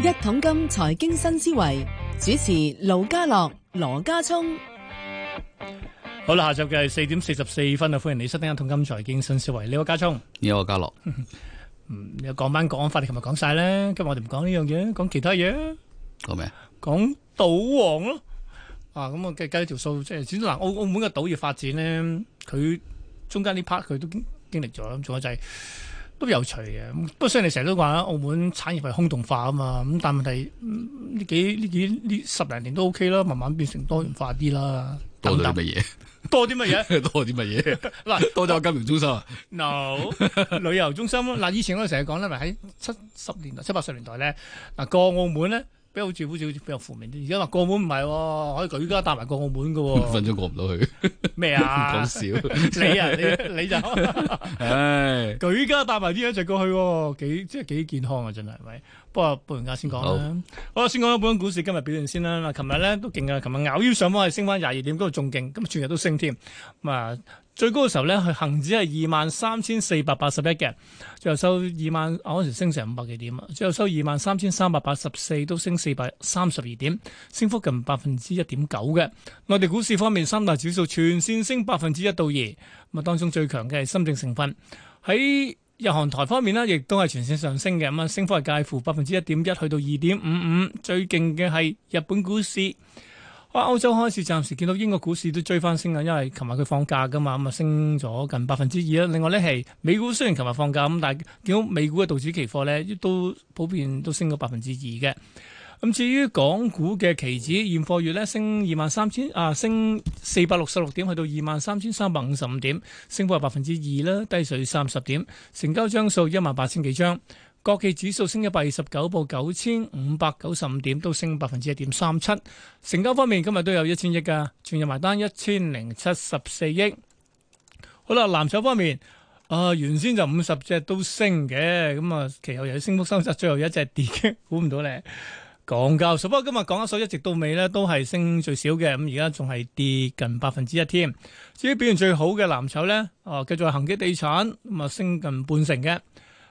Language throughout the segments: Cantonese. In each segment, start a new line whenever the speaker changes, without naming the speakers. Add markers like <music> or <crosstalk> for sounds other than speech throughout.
一桶金財經新思維主持盧家樂、羅家聰。
好啦，下晝嘅係四點四十四分啊！歡迎你收聽《一桶金財經新思維》，你好，家聰。
你好，家樂。
嗯，又講翻國安法，你琴日講晒咧，今日我哋唔講呢樣嘢，講其他嘢啊，
好咩？
<laughs> 講賭王咯。啊，咁我計計條數，即係始終嗱，澳澳門嘅賭業發展咧，佢中間呢 part 佢都經經歷咗，咁仲有就係、都有趣嘅。咁不過雖然你成日都話啦，澳門產業係空洞化啊嘛，咁但係問題嗯呢幾呢幾呢十零年都 OK 啦，慢慢變成多元化啲啦。
多咗
等
啲
等
乜
多啲乜嘢？
嘢？ <laughs> 多咗啲
<laughs>
乜嘢？
嗱，
多咗個金融中心啊！ <laughs>
no 旅遊中心咯。嗱，以前我哋成日講咧，咪喺七十年代、七八十年代咧，嗱過澳門咧，比較好似好似好似比較負面啲。而家話過澳門唔係喎，可以舉家帶埋過澳門嘅
五 <laughs>
喎、
分鐘過唔到去，
咩
講
哦啊？
笑。
你啊，你你就 <laughs>
<laughs> 唉，
舉家帶埋啲一齊過去喎，幾即係幾健康啊！真係係咪？不過報完價先講啦。好啦，先講一本港股市今日表現先啦。嗱，琴日咧都勁啊，琴日咬腰上翻係升翻廿二點，嗰度仲勁，今日全日都升添。咁啊，最高嘅時候咧，佢恒指係二萬三千四百八十一嘅，最後收二萬，啊嗰陣時升成五百幾點啊，最後收二萬三千三百八十四，都升四百三十二點，升幅近百分之一點九嘅。內地股市方面，三大指數全線升百分之一到二，咁啊當中最強嘅係深證成分。喺日韓台方面呢，亦都係全線上升嘅，咁啊升幅係介乎百分之一點一去到二點五五，最勁嘅係日本股市。啊，歐洲開市暫時見到英國股市都追翻升啊，因為琴日佢放假噶嘛，咁啊升咗近百分之二啦。另外呢，係美股雖然琴日放假咁，但係見到美股嘅道指期貨呢，都普遍都升咗百分之二嘅。咁至於港股嘅期指現貨月咧，升二萬三千啊，升四百六十六點，去到二萬三千三百五十五點，升幅係百分之二啦，低水三十點，成交張數一萬八千幾張。國企指數升一百二十九，報九千五百九十五點，都升百分之一點三七。成交方面，今日都有一千億㗎，全日埋單一千零七十四億。好啦，藍籌方面。啊，原先就五十隻都升嘅，咁啊，其後又升幅收窄，最後一隻跌嘅，估唔到咧。港交所，不過今日港交所一直到尾咧都係升最少嘅，咁而家仲係跌近百分之一添。至於表現最好嘅藍籌咧，啊，繼續係恒基地產，咁啊升近半成嘅。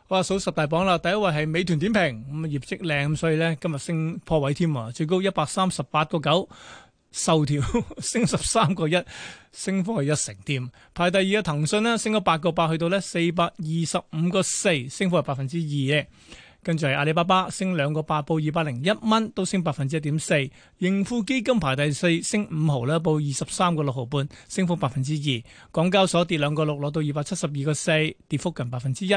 哇，數十大榜啦，第一位係美團點評，咁啊業績靚，咁所以咧今日升破位添啊，最高一百三十八個九，收條 <laughs> 升十三個一，升幅係一成添。排第二嘅騰訊咧，升咗八個八，去到咧四百二十五個四，升幅係百分之二嘅。跟住係阿里巴巴升兩個八，報二百零一蚊，都升百分之一點四。盈富基金排第四，升五毫啦，報二十三個六毫半，升幅百分之二。港交所跌兩個六，落到二百七十二個四，跌幅近百分之一。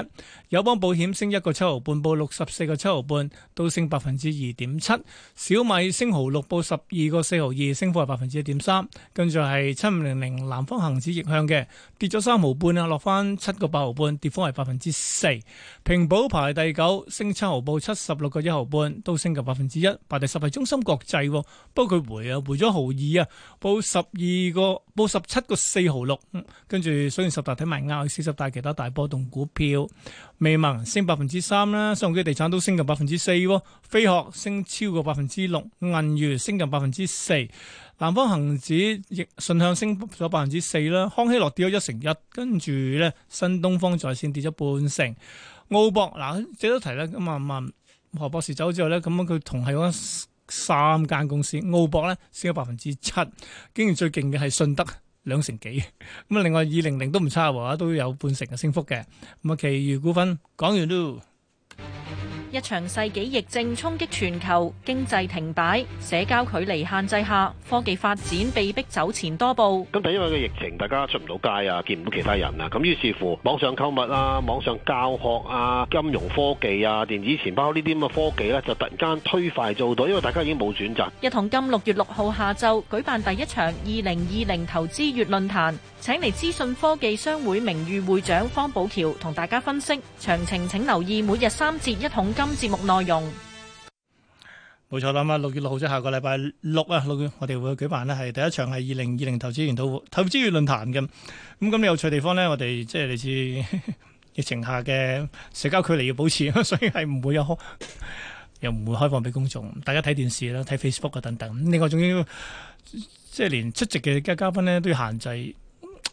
友邦保險升一個七毫半，報六十四個七毫半，都升百分之二點七。小米升毫六，報十二個四毫二，升幅係百分之一點三。跟住係七五零零南方恒指逆向嘅，跌咗三毫半啊，落翻七個八毫半，跌幅係百分之四。平保排第九，升七毫，報七十六個一毫半，都升近百分之一。排第十係中芯國際喎，不過佢回啊，回咗毫二啊，報十二個，報十七個四毫六。嗯跟住雖然十大睇埋亞四十大其他大波動股票，微盟升百分之三啦，新鴻基地產都升近百分之四喎，飛鶴升超過百分之六，銀娛升近百分之四。南方恒指亦順向升咗百分之四啦，康希諾跌咗一成一，跟住咧新東方在線跌咗半成。澳博嗱，值得提咧，咁啊嘛，何博士走之後咧，咁啊佢同係嗰三間公司，澳博咧升咗百分之七，竟然最勁嘅係信德兩成幾，咁啊另外二零零都唔差喎，都有半成嘅升幅嘅，咁啊，其餘股份講完咯。
一場世紀疫症衝擊全球，經濟停擺，社交距離限制下，科技發展被逼走前多步。
咁但因為個疫情，大家出唔到街啊，見唔到其他人啊，咁於是乎網上購物啊、網上教學啊、金融科技啊、電子錢包呢啲咁嘅科技呢，就突然間推快做到，因為大家已經冇選擇。
一桶金六月六號下晝舉辦第一場二零二零投資月論壇，請嚟資訊科技商會名譽會長方寶橋同大家分析詳情，請留意每日三節一桶金節目內容。
冇錯啦，咁啊六月六號即係下個禮拜六啊，六月我哋會舉辦呢係第一場係二零二零投資研討投資月論壇嘅。咁咁有趣地方咧，我哋即係嚟自 <laughs> 疫情下嘅社交距離要保持， <laughs> 所以係唔會有開又唔會開放俾公眾，大家睇電視啦、睇 Facebook 啊等等。另外仲要即係連出席嘅嘉嘉賓咧都要限制，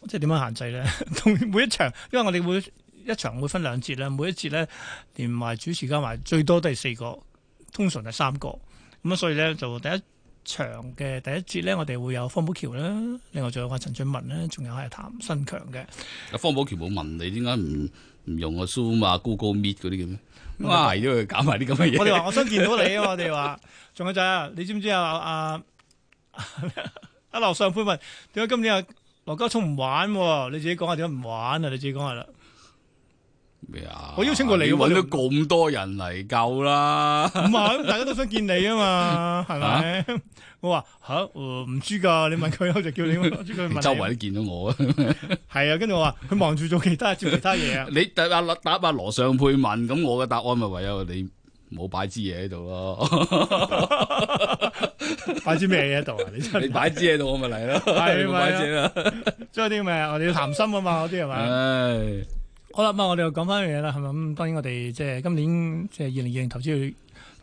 即係點樣限制咧？ <laughs> 同每一場，因為我哋會一場會分兩節啦，每一節咧連埋主持加埋最多都係四個。通常係三個。咁啊，所以咧就第一場嘅第一節咧，我哋會有方寶橋啦，另外仲有阿陳俊文啦，仲有係譚新強嘅。
方寶橋冇問你點解唔唔用啊 Zoom 啊 Google Meet 嗰啲嘅咩？哇！都要搞埋啲咁嘅嘢。
我哋話我想見到你
<laughs>
啊！我哋話，仲有就係你知唔知啊？啊阿劉尚佩問點解今年啊羅家聰唔玩喎？你自己講下點解唔玩啊？你自己講下啦。
咩啊？
我邀請過你喎
揾
你
咗咁多人嚟救啦。
唔係，咁大家都想見你啊
<laughs>
嘛，係
啊
咪？我話吓，呃唔知㗎，你問佢，我就叫你
<laughs>
我知佢問
你
你。
周圍都見到我啊！
<laughs> 係啊，跟住我話佢忙住做其他做其他嘢啊。
<laughs>
<laughs>
你答阿答阿羅尚佩問，咁我嘅答案咪唯有你冇擺支嘢喺度咯。
<laughs> 擺支咩嘢喺度啊？你真係
你擺支嘢喺度，我咪嚟咯。
係咪啊
<laughs> 你冇擺支嘢啦。
將啲咩？我哋要談心啊嘛，嗰啲係咪？
嗯唉，
好啦，咁啊我哋又講翻樣嘢啦，係咪？咁當然我哋即係今年即係二零二零投資，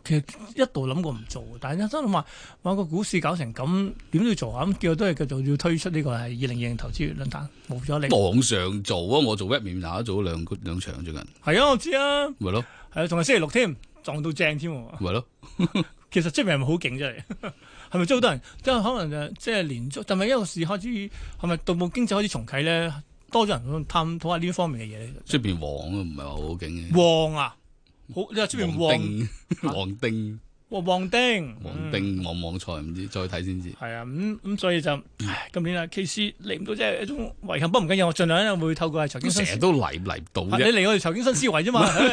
其實一度諗過唔做，但係真諗話，話個股市搞成咁，點都要做下，咁結果都係繼續要推出呢個係二零二零投資論壇，冇咗你。
網上做啊，我做 web 面打做咗兩個兩場最近，
係啊，我知啊，
咪咯，
係啊，仲係星期六添，撞到正添喎。 <laughs>
咪咯。
其實即係咪好勁啫？ <laughs> 係咪真係好多人？即係可能就即係連續，但係咪一個市開始係咪盜墓經濟開始重啟咧？多咗人去探討下呢方面嘅嘢咧。
出邊黃啊，唔係話好勁嘅。
旺啊，好你話出邊旺
丁、黃丁、
哇旺丁，嗯
黃丁、旺旺菜，唔知再睇先知。
係啊，咁、咁所以就唉今年啊，K C 嚟唔到，即係一種遺憾，不過唔緊要，我盡量咧會透過係財經
咁
新
成日
思
都嚟唔嚟到
啊你
啫，
嚟我哋財經新思維啫嘛，
<laughs>
唉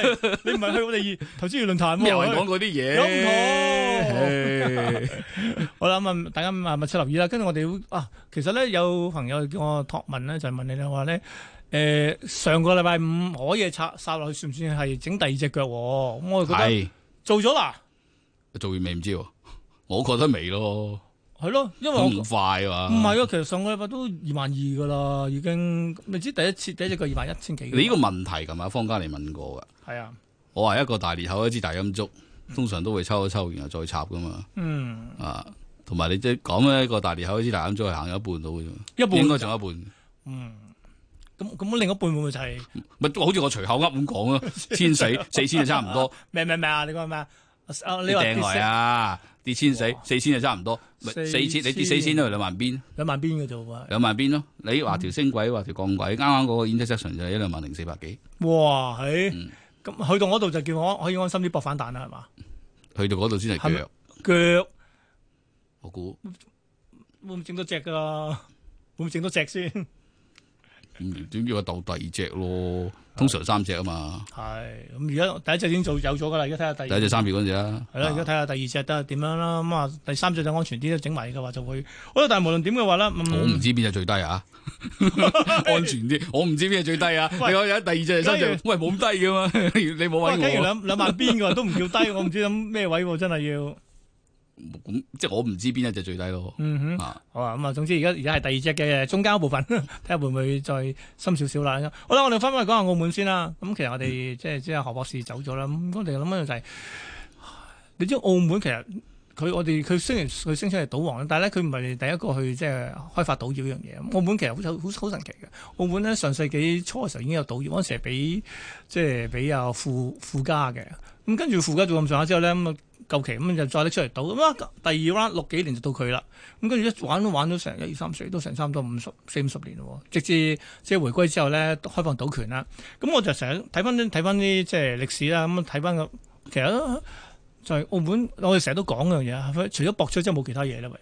你唔係去我哋投資論壇喎。
又係講嗰啲嘢。
有唔同
唉
好啦，咁啊，大家啊密切留意啦。跟住我哋會啊，其實咧有朋友叫我託問咧，就問你咧話咧，誒、上個禮拜五可以插殺落去，算唔算係整第二隻腳喎？咁我就覺得
係
做咗啦，
做完未唔知喎，我覺得未咯，
係咯，因為我
咁
唔
快啊嘛。
係啊，其實上個禮拜都二萬二噶啦，已經你知第一次第一隻腳二萬一千幾㗎。
你呢個問題琴日方家嚟問過噶，
係啊，
我話一個大裂口一支大陰燭，通常都會抽一抽，然後再插噶嘛。
嗯，
啊，同埋你即係講咧，一個大裂口一支大陰燭係行咗一半到嘅啫嘛，
一半
應該仲有一半。
咁咁另一半會唔會就係
咪好似我隨口噏咁講
<laughs>
咯，千四四千就差唔多，
咩咩咩啊？你講咩啊？啊 <laughs>
你
你話
掟
跌
來
四
啊，跌千四四千就差唔多，咪
四
四千你跌
千
四千都係兩萬邊，
兩萬邊嘅啫喎。
兩萬邊咯。你話條升
嗯
軌，話條降軌，啱啱嗰個 intersection 就係一兩萬零四百幾，
哇，係
嗯
咁、去到嗰度就叫我可以安心啲搏反彈啦，係嘛？
去到嗰度先
係咪
係腳，
腳
我估
會唔會整多隻噶？會唔會整多隻先？
嗯點知我鬥第二隻咯，通常三隻啊嘛，
係咁，而家第一隻已經做有咗噶啦，而家睇下第
第一
二
隻啊三月嗰陣時啦，
係啦，而家睇下第二隻得點樣啦。咁啊，第三隻就安全啲，整埋嘅話就會好啦。但係無論點嘅話咧，
我唔
嗯，
知邊隻最
<laughs>
低啊，安全啲。我唔知邊隻最低啊。你
喂
講有第二隻、第三隻，喂冇咁低噶嘛？ <laughs> 你冇
哇，假
揾
如
我啊，
兩兩萬邊嘅話都唔叫低，我唔知諗咩位喎，真係要。
咁即係我唔知邊一隻最低咯。
嗯哼
啊，
好啊，咁啊，總之而家而家係第二隻嘅中間部分， <laughs> 睇下會唔會再深少少啦。好啦，我哋翻返去講下澳門先啦。咁其實我哋即係即係何博士走咗啦。咁我哋諗緊就係、你知澳門其實佢我哋佢雖然佢聲稱係賭王，但係咧佢唔係第一個去即係開發賭業呢樣嘢。澳門其實好有好好神奇嘅。澳門咧上世紀初嘅時候已經有賭業，嗰陣時係俾即係俾啊富富家嘅。咁跟住富家做咁上下之後咧，咁啊舊期咁就再拎出嚟賭。咁啊第二 round 六幾年就到佢啦。咁跟住一玩都玩到成一二三四，都成三多五十四五十年咯喎，直至即係回歸之後咧，開放賭權啦。咁我就成日睇翻睇翻啲即係歷史啦，咁睇翻個其實都就係澳門，我哋成日都講嗰樣嘢，係咪除咗博彩之後冇其他嘢啦，喂，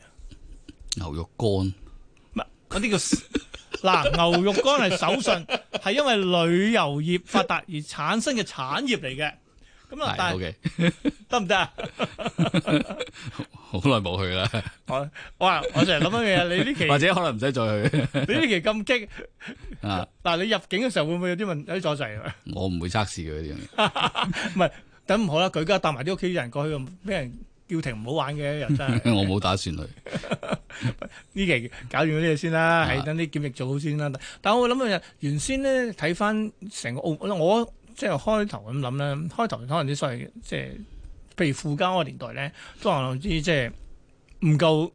牛肉乾
唔係嗰啲叫
<laughs>
嗱牛肉乾係手信，係因為旅遊業發達而產生嘅產業嚟嘅。咁啊，
係
但
O
係
K，
得唔得啊？
好耐冇去啦，
我哇！我成日諗緊嘢，你呢期
<laughs> 或者可能唔
<laughs>
使再去
你呢期咁激
啊。
嗱，你入境嘅時候會唔會有啲問有啲阻滯啊？
我唔會測試佢呢樣嘢。
唔係，等唔好啦，佢而家帶埋啲屋企人過去，俾人叫停唔好玩嘅，又真係
<laughs> 我冇打算去。
呢期搞掂咗呢嘢先啦，
啊
係等啲檢疫做好先啦。但我會諗嘅原先咧睇翻成個澳，我即係開頭咁諗咧，開頭可能啲所謂即係譬如富家嗰個年代咧，都可能啲即係唔夠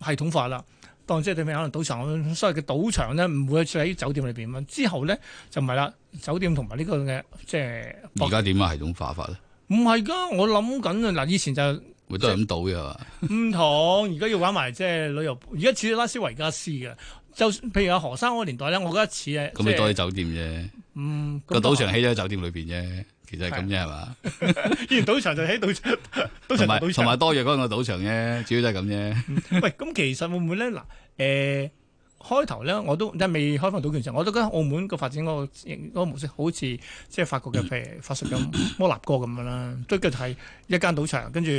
系統化啦。當即係對面可能賭場咁，所謂嘅賭場咧唔會喺酒店裏邊咁。之後咧就唔係啦，酒店同埋呢個嘅即係博
而家點啊？系統化法咧？
唔係㗎，我諗緊啊！嗱，以前就
會都係咁賭嘅嘛。
唔同，而家要玩埋即係旅遊，而家似拉斯維加斯嘅。就算譬如阿何生嗰個年代咧，我覺得似誒，
咁你多啲
即係
酒店啫，
嗯
個
咁都
賭場起咗喺酒店裏邊啫，其實係咁啫係嘛？
以前賭場就喺賭場，賭
同埋
場就賭
同
場
埋。多嘢嗰個賭場啫，主要都係咁
<laughs>
啫。
喂，咁其實會唔會咧？嗱，誒、開頭咧，我都即係未開放賭權時候，我都覺得澳門個發展嗰、個嗰個模式好似即係法國嘅譬如法術咁摩納哥咁樣啦，都繼續係一間賭場，跟住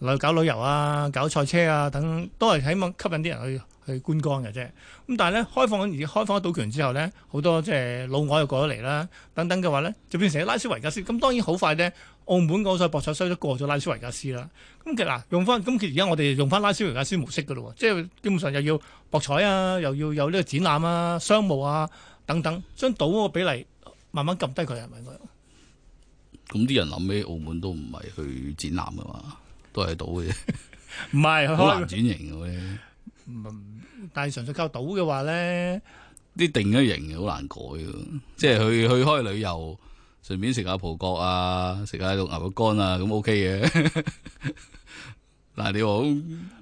嚟搞旅遊啊、搞賽車啊等，都係希望吸引啲人去。去觀光嘅啫，咁但係咧開放而開放咗賭權之後咧，好多即係老外又過咗嚟啦，等等嘅話咧，就變成咗拉斯維加斯。咁當然好快咧，澳門嗰個所謂博彩收都過咗拉斯維加斯啦。咁其實嗱，用翻咁其實而家我哋用翻拉斯維加斯模式嘅咯喎，即係基本上又要博彩啊，又要有呢個展覽啊、商務啊等等，將賭嗰個比例慢慢撳低佢係咪應該？
咁啲人諗起澳門都唔係去展覽噶嘛，都係賭
<laughs>
嘅啫，
唔係
好難轉型嘅咧。
但係純粹靠賭嘅話咧，
啲定咗型嘅好難改嘅，即係去去開旅遊，順便食下葡國啊，食下牛肉乾啊，咁 OK 嘅。 <laughs> 但係你話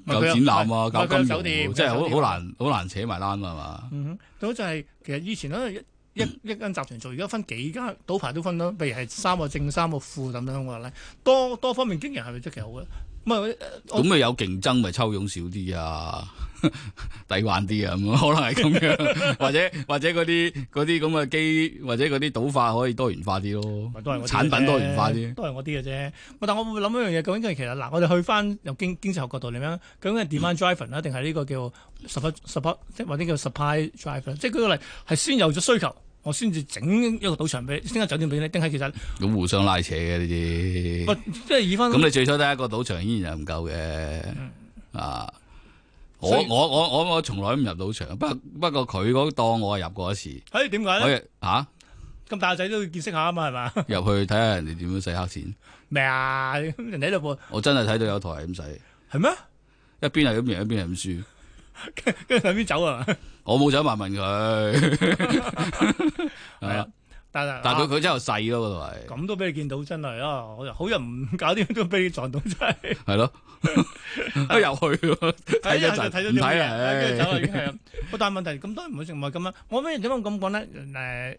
咪
好搞
佢有
展覽啊，
咪
搞
咪佢有
金
酒店
融，即係
佢有酒
好
店啊
好難好難扯埋單㗎嘛。
嗯哼，賭就係、其實以前咧一一一間集團做，而家分幾間賭牌都分咯，譬如係三個正、三個負咁樣嘅話咧，多多方面經營係咪真係好嘅？啊唔係
咁咪有競爭，咪抽佣少啲啊， <laughs> 抵玩啲啊，咁可 <laughs> 能係咁
<laughs>
樣，或者或者嗰啲嗰啲咁嘅機，或者嗰啲賭法可以多元化啲咯
咪都係我，啲嘅啫
產品多元化啲。
都係我啲嘅啫。我但我會諗一樣嘢，究竟係其實嗱，我哋去翻由經經濟學角度嚟講，究竟
嗯
係 demand driven 啦，定係呢個叫 supply supply 即係或者叫 supply drive 啦？即係舉個例，係先有咗需求，我先至整一個賭場俾，先間酒店俾你，定係其實
咁互相拉扯嘅呢啲
我。即係以翻
咁你最初得一個賭場，依然係唔夠嘅。啊，我
嗯所以
我我我我從來都唔入賭場，不不過佢嗰檔我係入過一次。
誒哎點解
我
咧？
亦嚇
咁大個仔都要見識下啊嘛，係嘛？ <laughs>
入去睇下人哋點樣使黑錢，
咩啊？人哋喺度
我真係睇到有台係咁使，
係咩？
一邊係咁贏，一邊係咁輸。
跟住兩邊走啊？
我冇走埋問
<laughs>
佢，
係啊，但係
但係
啊
佢佢真係細咯，嗰度係
咁都俾你見到真係啊！我又好人唔搞啲都俾你撞到真係。
係 <laughs> 咯，一入哎去喎
係
睇咗
啊就 <laughs> 睇
陣，
咗
唔
啲
睇
嘢跟住走
啦
啦，已
唉
經係啊。好但係問題咁當然唔好成為咁啦。我咩點解咁講咧？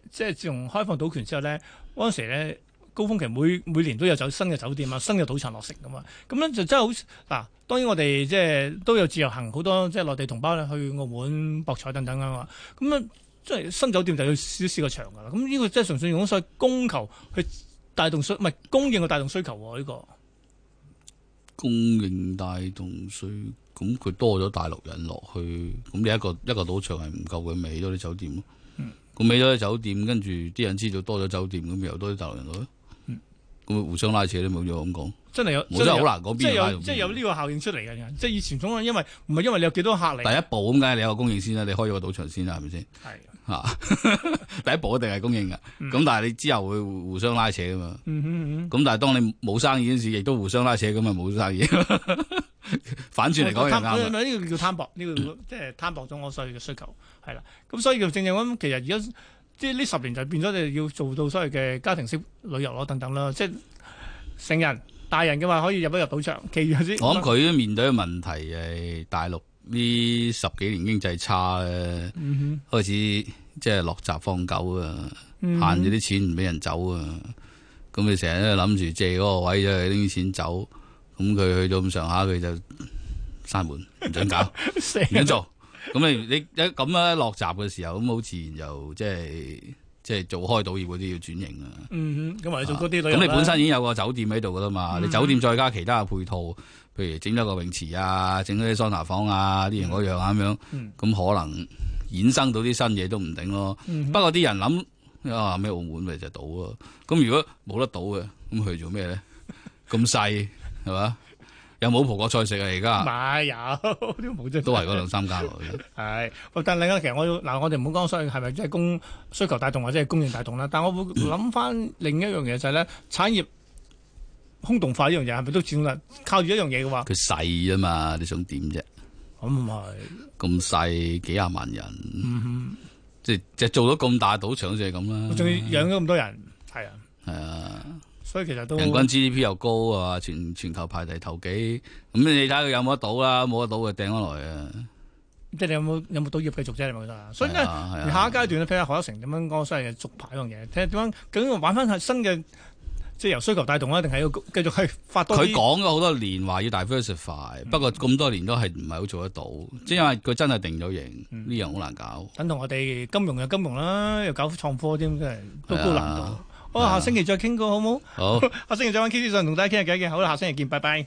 誒、即係自從開放賭權之後咧，嗰陣時咧高峰期每每年都有酒新嘅酒店啊、新嘅賭場落成噶嘛。咁咧就真係好嗱、當然我哋即係都有自由行，好多即係內地同胞咧去澳門博彩等等啊嘛。咁啊，即係新酒店就要少少個場噶啦。咁呢個即係純粹用咗所謂供求去帶動需，唔係供應去帶動需求喎、呢、個。
供應帶動需，咁佢多咗大陸人落去，咁你一個一個賭場係唔夠佢咪起咗啲酒店咯。
嗯
咁起咗啲酒店，跟住啲人知道多咗酒店，咁咪又多啲大陸人落去。
嗯
咁咪互相拉扯都冇嘢咁講，
真係有，
我真係好難講
即
邊
係
個拉到
有
邊
即係有呢個效應出嚟嘅，即係以前總係因為唔係因為你有幾多客
第
嚟，
一步咁梗係你有個供應先啦，你開咗個賭場先啦，係咪先？
係
嚇、 <laughs> 第一步一定係供應噶，咁、但係你之後會互互相拉扯噶嘛。
嗯哼嗯
咁但係當你冇生意嗰陣時，亦都互相拉扯，咁咪冇生意。 <laughs> 反轉嚟講又啱
哦
啊
貪
啦。
呢個叫貪薄，呢
<coughs>
個叫即係貪薄咗我所謂嘅需求係啦。咁所以就正正咁，其實而家即係呢十年就變咗你要做到所謂嘅家庭式旅遊咯，等等啦，即係成人大人嘅話可以入一入賭場，其餘先
我諗佢面對嘅問題係大陸呢十幾年經濟差咧，
嗯
開始即係落閘放狗啊，限咗啲錢唔俾人走啊。咁佢成日都諗住借嗰個位就去拎錢走，咁佢去到咁上下佢就閂門，唔準搞，唔
哼成
準做。咁你你一咁樣落閘嘅時候，咁好自然就即係即係做開賭業嗰啲要轉型啊。
嗯哼咁或者做多啲旅遊
啊咁
啦
你
<laughs> 嗯
本身已經有個酒店喺度噶啦嘛，你酒店再加其他嘅配套，譬如整咗個泳池啊，整咗啲桑拿房啊，呢樣嗰樣啊咁樣，咁、
嗯
可能衍生到啲新嘢都唔定咯。
嗯
不過啲人諗啊咩澳門咪就賭咯，咁如果冇得賭嘅，咁去做咩咧？咁細係嘛？有冇葡國菜食啊？而
唔
家
係有都冇啫，
都係嗰兩三間落去。
係，喂但另一其實我要嗱，我哋唔好講所謂係咪即係供需求帶動或者係供應帶動啦，但我會
嗯
諗翻另一樣嘢就係咧產業空洞化呢樣嘢係咪都始終係靠住一樣嘢嘅話，
佢細啫嘛，你想點啫？
咁唔係
咁細幾廿萬人，即係即係做到咁大賭場就係咁
嗯我仲要
啦。
養咗咁多人，係啊，
係啊。
所以其實都
人均 GDP 又高啊，全全球排第頭幾，咁你睇佢有冇得到啦，冇得到嘅掟咗落嚟啊，
即係你有冇有冇賭業繼續啫？你咪覺得啊？所以咧
係，啊係
而
啊
下一階段咧，睇下何一成點樣講所謂嘅續牌嗰樣嘢，睇下點樣究竟玩翻係新嘅，即係由需求帶動啊，定係要繼續去發多
佢
啲？嗯
講咗好多年話要 diversify，、不過咁多年都係唔係好做得到，即係因為佢真係定咗型，
嗯
呢樣好難搞。
等同我哋金融又金融啦，又搞創科添，真係都
係啊
高難度。好，下星期再傾過好冇？
好。
下星期再揾 K T 上同大家傾下偈嘅，好啦，下星期見，拜拜。